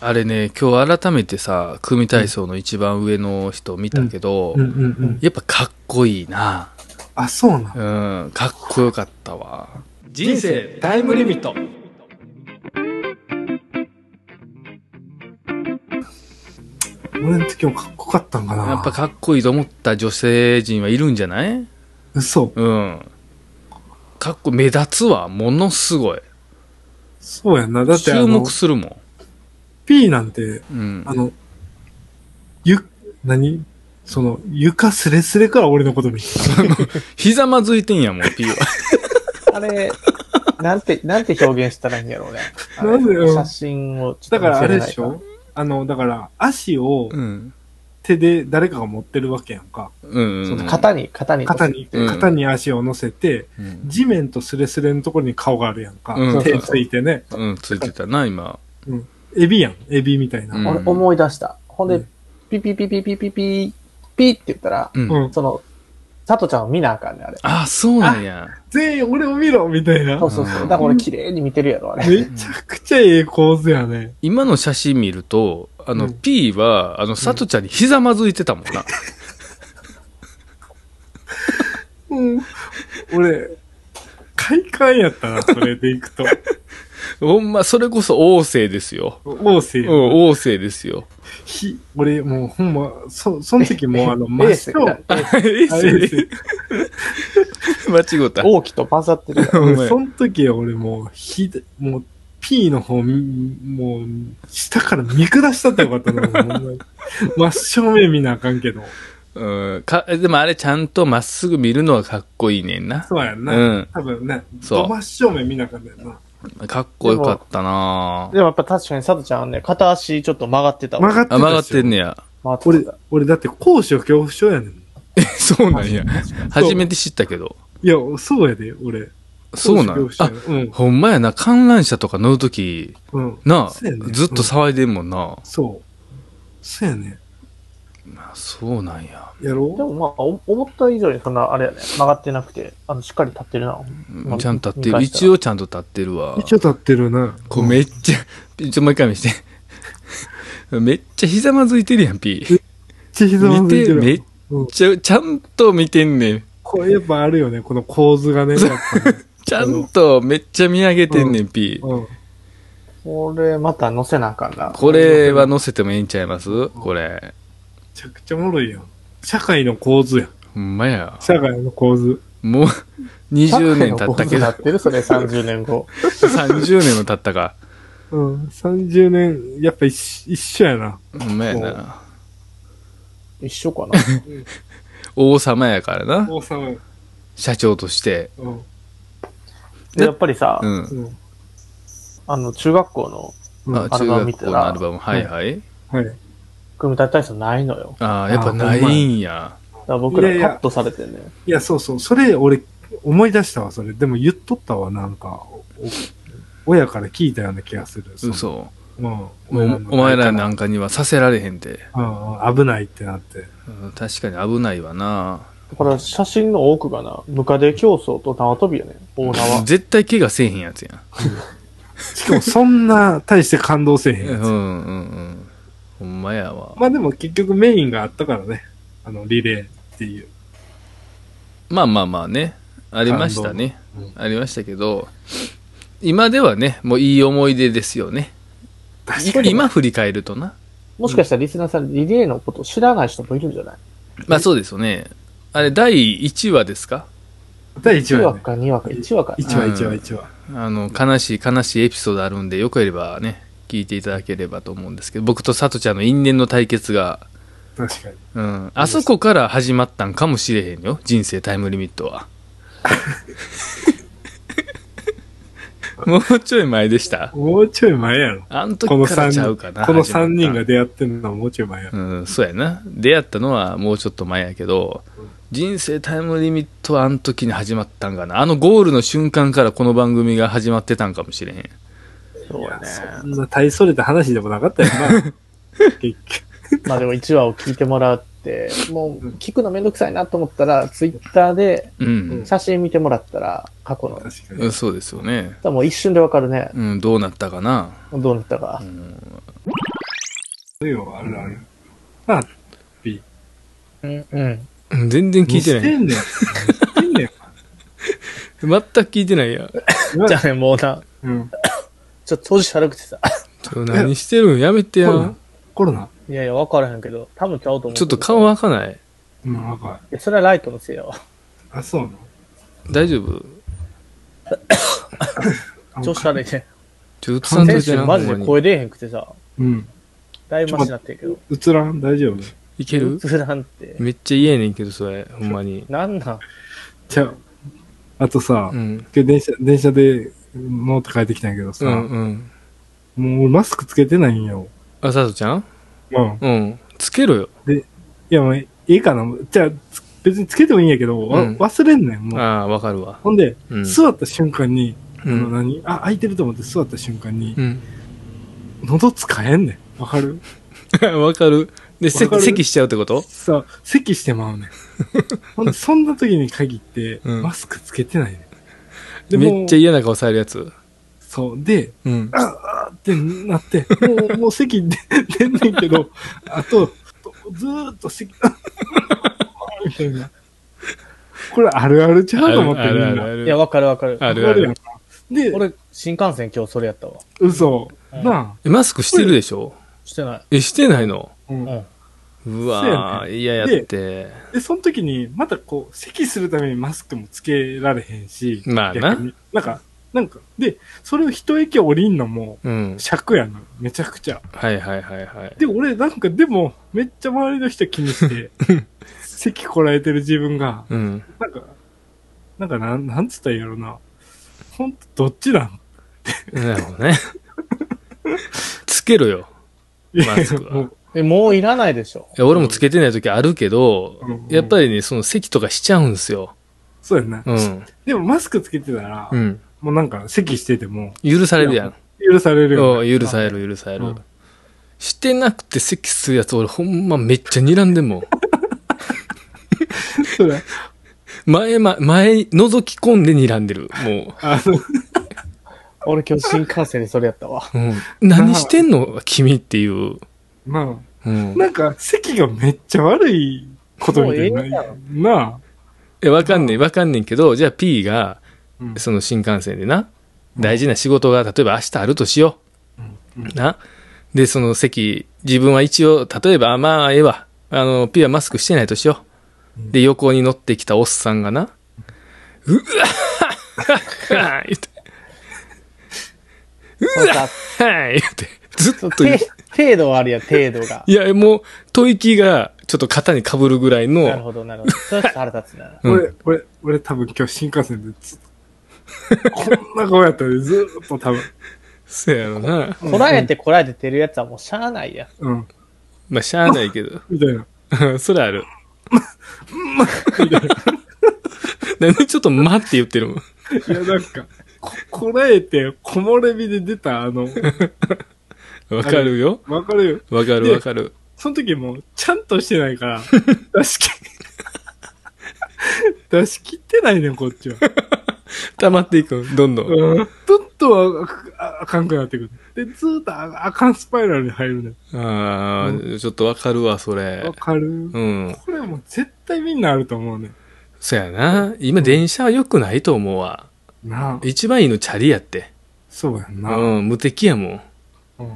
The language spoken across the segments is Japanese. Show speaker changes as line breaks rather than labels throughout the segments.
あれね、今日改めてさ、組体操の一番上の人見たけど、
うんうんうん。
やっぱかっこいいな。
あ、そうなん。
うん、かっこよかったわ。
人生タイムリミット
俺の時もかっこよかったんかな。
やっぱかっこいいと思った女性陣はいるんじゃない
嘘。
うん。かっこ目立つわ。ものすごい。
そうやんな。だってあ
注
の
目、するも
P なんて、
ん。うん
あ。の、ゆ、何その、床すれすれから俺のこ と見て
ひざまずいてんやもん、P は。
あれ、なんて、なんて表現したらいいんやろうね。あれ
なんでよ
写真をちょ
た。だ
っと見せれない
からあれでしょあの、だから足を
うん。
手で誰かが持ってるわけやんか。
うんうん、
その肩に、肩に。
肩に、
うん
肩に足を乗せて、
うん。
地面とすれすれのところに顔があるやんか。
うん
手ついてね。
うん、ついてたな、今。
エビやん。エビみたいな。
うん
俺思い出した。ほん
う
で
ん、
ピピピピピピピ、ピって言ったら、
うん。
うん。
その、佐藤ちゃんを見なあかんね、あれ。
ああ、そうなんや。
全員俺を見ろみたいな
そ。うそうそう。だから俺綺麗に見てるやろ、あれ。
めちゃくちゃええ構図やね。
今の写真見ると、あの、
うん
P は、あの、さとちゃんにひざまずいてたもんな。
うん。俺、快感やったな、それで行く と。
ほんま、それこそ王政ですよ。
王
うん、
政、
王政ですよ。
ひ、俺もうほんま、そ、その時もうあの、
エ
真
ー
っ
ス
白。
ええ、
あ
そ
れ
れ
で、す
間違った。
大きと混ざってるやろ。
お前
その時俺もう、ひで、もう、P の方、もう、下から見下したってよかっ たな、ほんまに真正面見なあかんけど。
うん、か、でもあれちゃんとまっすぐ見るのはかっこいいねんな。
そうやん
う
な。
ん。
多分ね、
そう
ど真正面見なあかんねんな。
かっこよかったな
でもやっぱ確かに佐藤ちゃんはね、片足ちょっと曲がってたわ。
曲がってた
あ、
し
曲がってんねや。
曲がって
俺
た。、
俺だって高所恐怖症やねん。
そうなんや。初めて知ったけど。
いや、そうやで、俺。
そうなんあ
高所、恐怖症やねん
ほんまやな。観覧車とか乗るとき、
うん。うん。
なあ、
そうやね
ずっと騒いでんもんな。
そう。そうやね。
あそうなんや。
や
で
ろ
もまあ、お思った以上にそんな、あれやね、曲がってなくて、あの、しっかり立ってるな。まあ
ちゃんと立って
見
る。
返した
一
ら
応ちゃんと立ってるわ
う。一応立ってるな。
こうめっちゃ、ちょっともう一回見して。 めっちゃひざまずいてるやん、P。
ちひざま
見
ずい
て、
てる。
めっ
うん
ちゃ、ちゃんと見てんねん。
これやっぱあるよね、この構図がね。やっぱね
ちゃんとめっちゃ見上げてんねん、P。
うん。
これまた乗せなあかんな。
これは載せてもええんちゃいますこれ。
めちゃくちゃおもろいやん。社会の構図やん。
ほんまや。
社会の構図。
もう、20年経
経
ったけ ど
な、ってるそれ30年後。
30年も経ったか。
うん。30年、やっぱ一一緒やな。
ほんまやな。
一緒 かな。
王様やからな。
王様。
社長として。
うん。
でやっぱりさ、
うん。
うん。
あの、中学校の
うん
あ、
ア
中
ルバム
学
見て
校
た
の
ら
アルバム。はいはい。
はい。
組み立て体操ないのよ。
ああ、やっぱないんや。
だから僕ら
いやいや
カットされてんね。
いや、そうそう。それ、俺、思い出したわ、それ。でも言っとったわ、なんか。お親から聞いたような気がする。その
嘘。
うん。
おお前らな
か。
んかにはさせられへんて。
うんうん、危ないってなって。
うん確かに危ないわな。
これ写真の多くがな、ムカデ競争と縄跳びやね。大縄。
絶対怪我せえへんやつや
しかも、そんな、大して感動せえへ
ん。
ん
う
や
ん
つ。
うんうん。ほんまやわ。
まあでも、結局メインがあったからね。あの、リレーっていう。
まあまあまあね。ありましたね。
感動
ありましたけど、今ではね、もういい思い出ですよね。今振り返るとな。
もしかしたらリスナーさん、リレーのこと知らない人もいるんじゃない
まあそうですよね。あれ、第1話ですか
第
?1
1話、
話
ね。
か2話か1話か。
1話、
うん
1話、1話。
あの、悲しい悲しいエピソードあるんで、よければね、聞いていただければと思うんですけど、僕とさとちゃんの因縁の対決が、
確かに。
うん、あそこから始まったんかもしれへんよ。人生タイムリミット は。もうちょい前でした。
もうちょい前やろ。
あの
この
時からちゃうかな。
3、この三人
始ま
が
っ
出会ってるのはもうちょい前やろ
た。うん、そうやな。出会ったのはもうちょっと前やけど、人生タイムリミットはあの時に始まったんかな。あのゴールの瞬間からこの番組が始まってたんかもしれへん。
そうや
そ
ね。
んな大それた話でもなかった よな。結局。
まあでも1話を聞いてもらって、もう聞くのめんどくさいなと思ったら、ツイッターで
うん。
写真見てもらったら、過去の。だか
確か
う
に
ん、。そうですよね。
らもう一瞬でわかるね。
うん、どうなったかな。
どうなったか。
るよ、あるある。まあ、B。
うんうん。
うん全然聞いてない。
何してんねん。何してんねん。
全く聞いてないや。
じゃあね、もうな、
うん。
ちょっと調子悪くてさ。
ちょ何してるんやめて
コ
や
ロナコロナ
いやいや、わからへんけど、多分ちゃうと思う。
ちょっと顔開かない。
うん、わか
いや。それはライトのせいやわ。
る。あ、そうなの
大丈夫
あ
調子悪いね。
ちょっとうつさんとい
先
て
週
な、
マジ
ほ
で
んまに
声出えへんくてさ、
うん。
だいぶマシになってるけど。
うつらん大丈夫
いける
うつらんって。
めっちゃ嫌やねんけど、それ。ほんまに。
なんなん
じゃあ、あとさ、
うん。
今日電車、電車で、ノート書いてきたんやけどさ、
うんうん。
もう俺マスクつけてないんよ。
あ、さとちゃん
うん。
うん。つけろよ。
いや、もういいかな。じゃあ、つ別につけてもいいんやけど、わ
うん
忘れんねん、もう。
ああー、わかるわ。
ほんで、
うん。
座った瞬間に、
う
あの
ん。
何あ、空いてると思って座った瞬間に
う、ん。
喉使えんねん。わかる
わかる。で、せ
わかる
咳しちゃうってこと
さ、咳してまう ねん。ほんで、そんな時に限って、
うん
マスクつけてないねん。で、も
め
う
っちゃ嫌な顔されるやつ。
そう。で、
うん。
あーってなって、もう、もう席出出んねん けど、あと、ずーっと席、みたいな。これあるあるちゃうと思って
あ
みん
るある
な。
ある
いや、わかるわかる。
ある
わ
あ
かや
る
ん。で、
俺、新幹線今日それやったわ。
嘘。
うん
な
えマスクしてるでしょ
してない。
え、してないの
あ、うん
うん。
うわぁ、嫌やって。
で、その時に、またこう、咳するためにマスクもつけられへんし。
まあな
逆になんか、なんか、で、それを一駅降りんのも、
うん。
尺やの。めちゃくちゃ。
はいはいはいはい。
で、俺、なんか、でも、めっちゃ周りの人気に して、咳こらえてる自分が、
うん。
なんか、なんかなん、なんつったらいいやろな。ほんと、どっちなの
なるほどね。つけろよ。マスクは
もう
え、もういらないでしょ。
いや、俺もつけてない時あるけど
うん、
やっぱりね、その咳とかしちゃうんですよ。
そうやんな。
うん。
でも、マスクつけてたら、
うん。
もうなんか、咳してても、
許されるやん。
許されるよ、
うん許される許され
う
る
ん。
してなくて咳するやつ、俺ほんまめっちゃ睨んでんもん。
それ、
前ま、前、覗き込んで睨んでる。も
あの、
俺今日新幹線でそれやっ たわ。
う。うん。何してんの君っていう。
ま
うん
あ、。なんか、咳がめっちゃ悪いことみたいな。
もうええや
なあ。
え、わかんねえ、わかんねえけど、じゃあ P が、
うん
その新幹線でな、大事な仕事が、例えば明日あるとしよう。
うん
な。で、その席、自分は一応、例えば、あまあ、ええわ。あの、P はマスクしてないとしよう。で、横に乗ってきたおっさんがな、うわははは言って、
なんか
はい言って、ずっと言う
て程度はあるやん、程度が。
いや、もう、吐息が、ちょっと肩に被るぐらい
なる
の、
ほど、なるほど。それは腹立 つな。
うん
俺、俺、俺多分今日新幹線でずっと、こんな顔やったで、ずーっと多分。
そやろな。
こらえてこらえててるやつはもうしゃあないやん。
うん。
まあ、しゃあないけど。
みたいな。
うんそれある。なんでちょっと「ま」って言ってるもん。
いや、なんか、こ、こらえて、木漏れ日で出た、あの、
わかるよ。
わかるよ。
わかるわかる。
その時も、ちゃんとしてないから、出し切、出し切ってないねん、こっちは。
溜まっていくんどんどん。
うん。どんどんあああかんくなってくる。で、ずーっとああかんスパイラルに入るねん。
ああ、ちょっとわかるわ、それ
わ。かる
うん。
これもう絶対みんなあると思うね
そやな。今、電車は良くないと思うわ。
ん。なあ。
一番いいのチャリやって。
そうやんな。
うん、無敵やもん。
うん。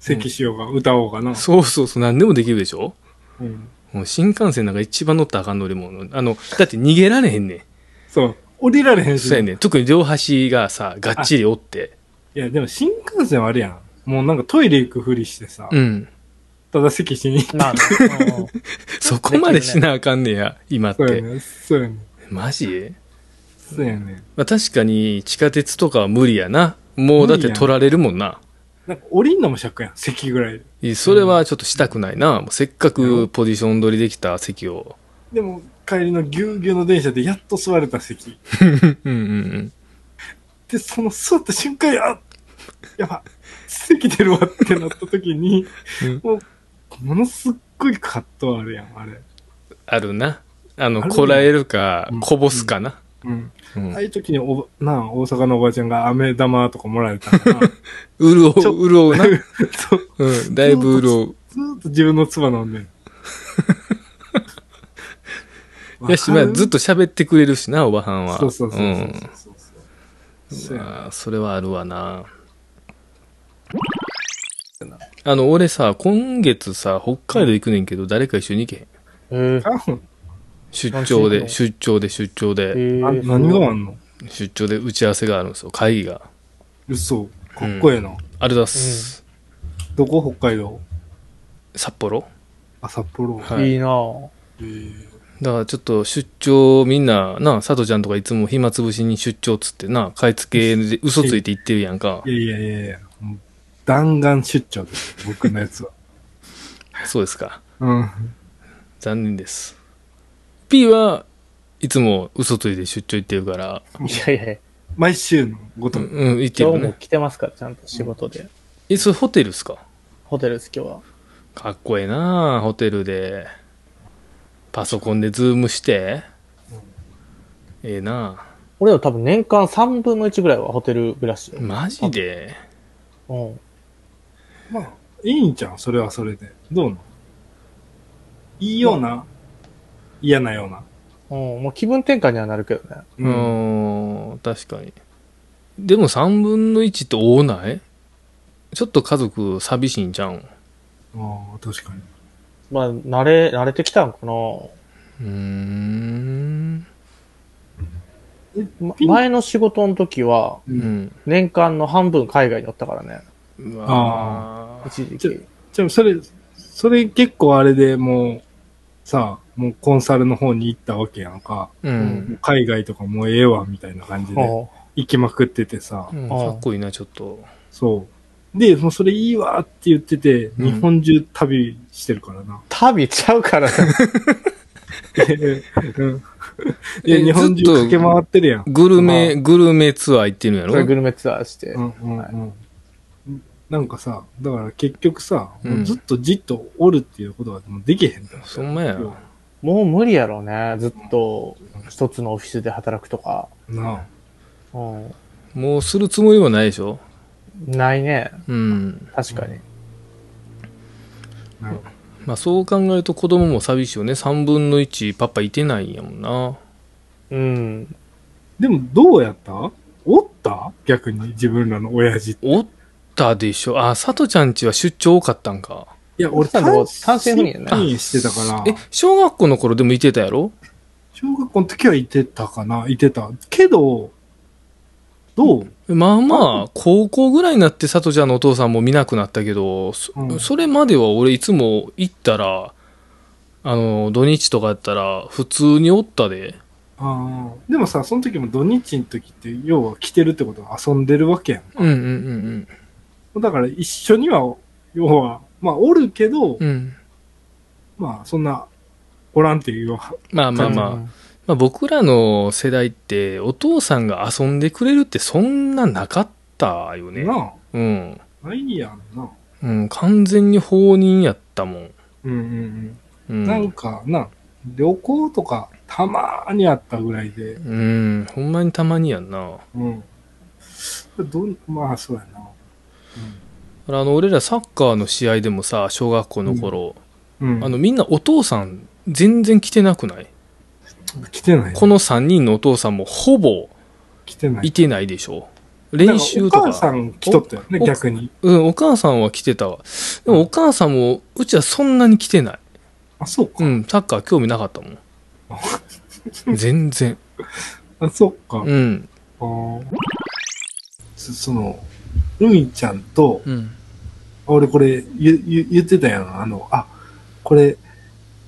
咳しようが、歌おうがな。
そうそうそう、何でもできるでしょ
うん。
もう新幹線なんか一番乗ったらあかん乗り物。あの、だって逃げられへんね
そう。降りられへん
ん。
し。
そうやねん。特に両端がさ、がっちり折って。
いや、でも新幹線はあれやん。もうなんかトイレ行くふりしてさ、
うん。
ただ席しに行っ。
まあね、うんうん
そこまでしなあかんねや、今って
そうや
て。
ねん。そうやねん。
マジ
そうやねん。
まあ、確かに地下鉄とかは無理やな。もうだって取られるもんな。
なんか降りんのも尺やん。席ぐらいで。
それはちょっとしたくないな。もうせっかくポジション取りできた席を。
でも、帰りのぎゅうぎゅうの電車でやっと座れた席。
うんうんうん。
で、その座った瞬間に、あやば、席出るわってなった時に、
うん
もう、ものすっごい葛藤あるやん、あれ。
あるな。あの、
あるね
こらえるか
う、ん
こぼすかな。
うん。
うん
ああいう時におば、なあ、大阪のおばちゃんが飴 玉とかもらえたから、
うるお
ちょ
う、うるおうな。
そう
うん、だいぶうるおう。
ずーっと自分の唾 飲んでる。
やし、まあ、ずっと
と。
喋ってくれるしな、おばはんは。
そうそうそうそううんそうそう。そうや
あーそれはあるわな。あの、俺さ、今月さ、北海道行くねんけど、誰か一緒に行けへん。
え
な
ー、
多分
出張
あ
で、
そ
出張で、出張
え
で、
あ
ー、
何があんの
出張で打ち合わせがあるんですよ、会議が。
嘘。かっこええな。
あれだっす。
どこ北海道
札幌
あ、札幌。
はい
いいなぁ。
えー
だからちょっと出張みんな、な、佐藤ちゃんとかいつも暇つぶしに出張っつってな、買い付けで嘘ついて行ってるやんか
い。やいやいやいや。もう弾丸出張です。僕のやつは。
そうですか。
うん。
残念です。P はいつも嘘ついて出張行ってるから、
いやいやいや、
毎週のごと
うん、
く。
うん、行って
今日
る
も
ね。
来てますから、ちゃんと仕事で。
え、それホテルっすか
ホテルです、今日は。
かっこええなホテルで。パソコンでズームして。ええな
俺ら多分年間3分の1ぐらいはホテル暮らしよ。
マジで
うん。
まあ、いいんじゃん、それはそれで。どうなのいいような、嫌なような。
うん、もう気分転換にはなるけどね。
う。ーん、確かに。でも3分の1って多ないちょっと家族寂しいんじゃうん。
ああ、確かに。
まあ、慣れ、慣れてきたんかな
うーん。
ま
ピン
前の仕事の時は、
うん。
年間の半分海外におったからね。
うわー
一時
ちょ
期。
じゃあ、それ、それ結構あれでもう、さあ、もうコンサルの方に行ったわけやんか。
うん。
海外とかもうええわ、みたいな感じで、
うん
行きまくっててさ
う。んかっこいいな、ちょっと。
そう。で、もうそれいいわって言ってて、
うん
日本中旅してるから な。
旅ちゃうからね。
うんいや、
え
日本中
ずっと
駆け回ってるやん。
グルメ、
ま
グルメツアー行ってるんや
それ
ろ
グルメツアーして。
うんうんうんなんかさ、だから結局さ、
うん
もうずっとじっとおるっていうことはもうできへんだろ
そんまや。
もう無理やろうね。ずっと、一つのオフィスで働くとか。
な
うん。
もうするつもりもないでしょ
ないね。
うん。
確かに。
あ。な
まあそう考えると子供も寂しいよね。3分の1パパいてないんやもんな。
うん。
でもどうやったおった逆に自分らの親父。
おったでしょあ、さとちゃんちは出張多かったんか。
いや、俺
さんの単身赴任やね
単身赴任してたから
え、、小学校の頃でもいてたやろ
小学校の時はいてたかないてた。けど、どう
まあまあ、高校ぐらいになってさとちゃんのお父さんも見なくなったけど、そ,、
うん
れまでは俺いつも行ったら、あの、土日とかやったら普通におったで。
あーでもさ、その時も土日の時って、要は来てるってことは遊んでるわけやん。
うんうんうん
だから一緒には、要は、まあおるけど、
うん。うん。
まあそんな、おらんっていうは
まあまあまあ、まあ、僕らの世代ってお父さんが遊んでくれるってそんななかったよね。
な
うん。
あ、ないやんな。
うん、完全に放任やったもん。
うんうん
う。
うんん。なんかな、旅行とかたまーにあったぐらいで、
うん、ほんまにたまにやんな。
うん。どんまあそうやな。
あの、俺らサッカーの試合でもさ、小学校の頃、
うん。
あの、みんなお父さん全然来てなくない
来てない。
この3人のお父さんもほぼ
来てないい。
てないでしょ。練習と
なんお
か。
母さん来とったよね、
お
逆に。
うん、お母さんは来てたわ。でもお母さんも、うちはそんなに来てない。
あ、そうか。
うん、サッカー興味なかったも ん。全然。
あ、そうか。あ
うん。
ーそその、海ちゃんと、
うん。
俺これ言言言ってたやん。あの、あ、これ、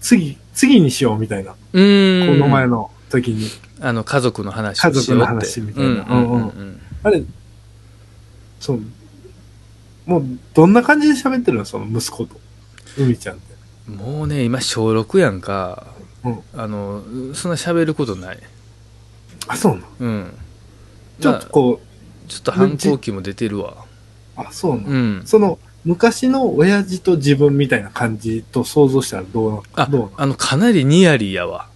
次、次にしようみたいな。こ
うん。
の前の時に。
あの、家族の話
家族の話みたいな
うんうんうん
うんあれ、そう、もうどんな感じで喋ってるのその息子と。海ちゃんって。
うんもうね、今小6やんか。
うん
あの、そんな喋ることない。
あ、そうなの
うん。
ちょっとこ
ちょっと反抗期も出てるわ。
う、あ、そうなの、
うん。
その、昔の親父と自分みたいな感じと想像したらどうな
あ
どうな、
あの、かなりニヤリやわ。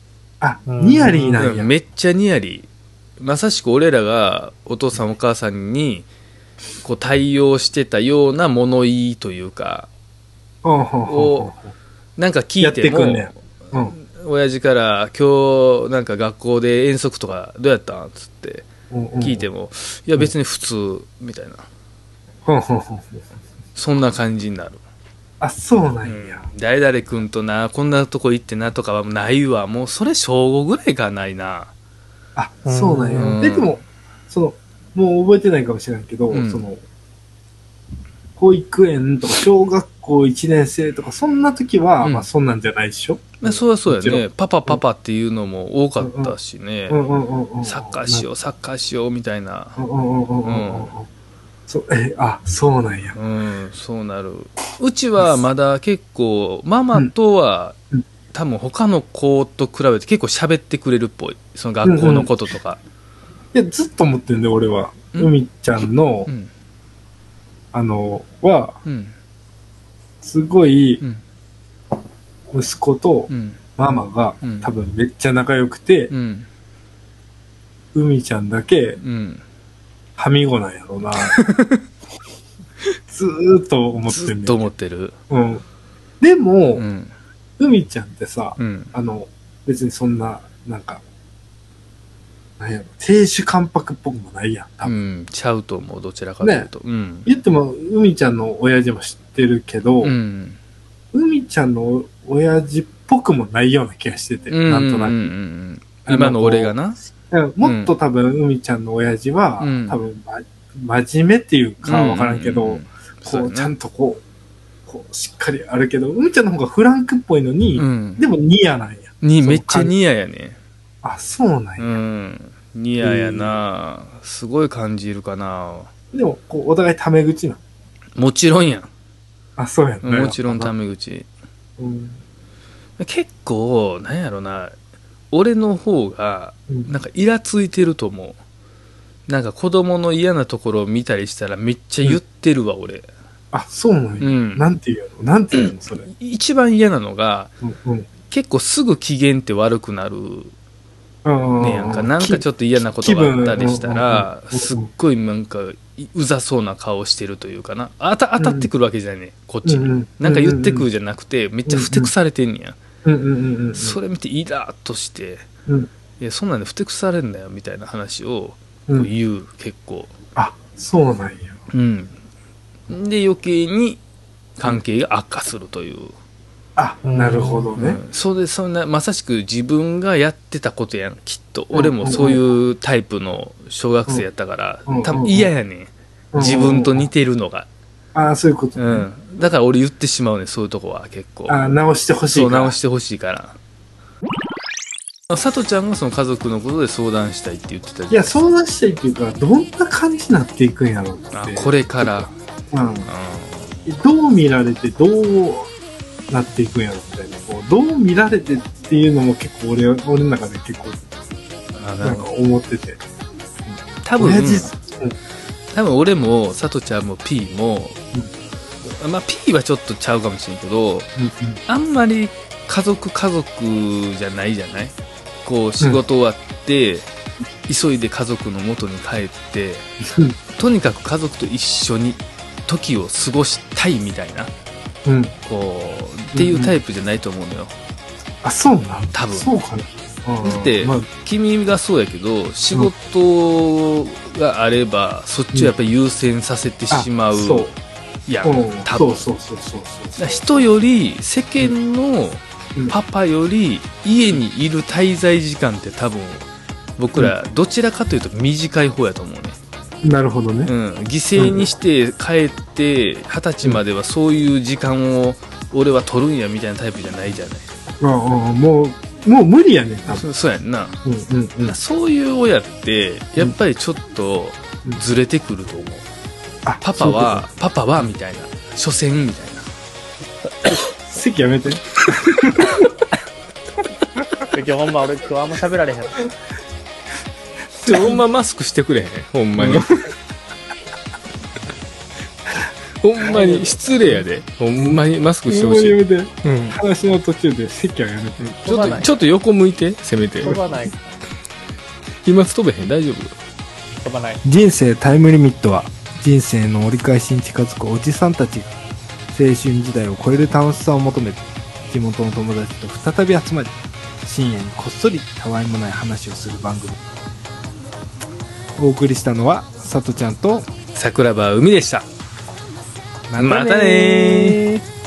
あ、
うん
ニアリーなん
う
や。
んめっちゃニヤリ。まさしく俺らがお父さんお母さんに、こう対応してたような物言いというか、
あうんうん
をなんか聞
や
い
って
て
く
も
んねん。うん
親父から今日なんか学校で遠足とかどうやったんつって
うんうん。
聞いてもいや別に普通みたいな
うんうんうん
そんな感じになる
あ、そうなんや。
誰々君となこんなとこ行ってなとかはないわもうそれ小5ぐらいがないな
あ、そうなん
う
や。
ん
で、でも、その、もう覚えてないかもしれないけど、
うん
その、保育園とか小学校1年生とか、そんな時は、
うん
まあそんなんじゃないでしょ。
まあそうはそうや
もちろ
ねパパパパっていうのも多かったしね
うんうんうんうん。
サッカーしようサッカーしようみたいな
うんうんうんうんうんうん。そう、え、あ、そうなんや。
うんそうなるうちはまだ結構ママとは
うん
多分他の子と比べて結構喋ってくれるっぽいその学校のこととか
いや、ずっと思ってんだよ、俺は。
うん
海ちゃんの
う、ん
あの、は、
うん
すごい
うん
息子と
うん
ママが
うん
多分めっちゃ仲良くて
う、ん
海ちゃんだけ
うん
はみごなんや ろうな。ずーっと思って
ずっ
ん
と
ねん。
思ってる
うん。で
う
も、
ん
海ちゃんってさ、
うん
あの、別にそんな、なんか、なんやろ、亭主関白っぽくもないやん、多
う
分。
んちゃうと思うどちらかというとうん
言っても、海ちゃんの親父も知ってるけど、
うん
海ちゃんの親父っぽくもないような気がしてて、なんとな
うんうんう
く。
んうん今の俺がな
うんもっと多分、海ちゃんの親父は、
うん
多分、ま、真面目っていうかわからんけど、
ううう
こ
そうや
う、
ね
ちゃんとこう、こう、しっかりあるけど、うんちゃんの方がフランクっぽいのに、
うん
でもニアなんや。
に
そう
めっちゃニヤやね
あ、そうなん
う
や。
んニヤやなすごい感じるかな
でも、こう、お互いタメ口なん。
もちろんやん
あ、そうやんな
もちろんタ
メ。
メ口
うん。
結構なんやろな俺の方が
うん
なんかイラついてると思うなんか子供の嫌なところを見たりしたらめっちゃ言ってるわ俺
あ、そうなん
う
や。
ん
なんて言うのなんて言うのそれ。
一番嫌なのが
うん。うん。
結構すぐ機嫌って悪くなる
うん
ねやんか、なんかちょっと嫌なことがあったりしたら、
気分
すっごいなんか、いうざそうな顔してるというかな、あた当たってくるわけじゃねえ、こっち
うんう
に
ん。
なんか言ってくるじゃなくて、めっちゃふてくされてんねや。
うんうんうんうんうん。
それ見てイラーっとして
うん、
いや、そんなんでふてくされんなよ、みたいな話を
うん
言う、結構。
あ、そうなんや。
うん。で、余計に関係が悪化するという。
あ、なるほど
う
ね。
ん、それそんなまさしく自分がやってたことやんきっと俺もそういうタイプの小学生やったから、
うん
多分嫌やねん
うん
自分と似てるのが、
あ、そういうこと
う
ね。
んだから俺言ってしまうねそういうとこは結構
あ、直してほしい
そう
から。
直してほしいからさとちゃんがその家族のことで相談したいって言ってた
い
じゃ
や、相談したいっていうか、どんな感じになっていくんやろうって。
んあこれから、
うん。
う
どう見られてどうなっていくんやろみたいなこうどう見られてっていうのも結構俺俺の中で結構
ん、あ
な
なんん
か
か
思ってて
多分
親父うん
多分俺もさとちゃんも P も、まあ P はちょっとちゃうかもしれんけどあんまり家族家族じゃないじゃないこう仕事終わって、急いで家族の元に帰って
うん
とにかく家族と一緒に時を過ごしたいみたいな
うんうん
こうっていうタイプじゃないと思うのよ、
あそうなん
多分
そうかなうん
だって
まあ
君がそうやけど仕事があればそっちをやっぱり優先させて
あ
しまう
そう
やん、
うん
多
そ
分
うそうそうそうそう
だから人より世間のパパより家にいる滞在時間って多分僕らどちらかというと短い方やと思うね、
なるほど
う
ね
ん、犠牲にして帰って二十歳まではそういう時間を俺は取るんやみたいなタイプじゃないじゃない
うんうんもうもう無理やね多分
そそうやんな
うんうんうん
そういう親ってやっぱりちょっとずれてくると思う
あ
パパはパパはみたいな所詮みたいな
そういうこと席やめて
今日ほんま俺今日あんま喋られへん。
ちょほんまマスクしてくれへんほんま にほんまに失礼やでほんまにマスクしてほし
や
い、
めて
うん、
話の途中で席はやめて
ちょっとちょっと横向いてせめて
飛ばない。
飛沫飛べへん大丈夫
飛ばない。
人生タイムリミットは人生の折り返しに近づくおじさんたちが青春時代を超える楽しさを求めて地元の友達と再び集まり深夜にこっそりたわいもない話をする番組お送りしたのはさとちゃんと
桜庭海でした。またねー。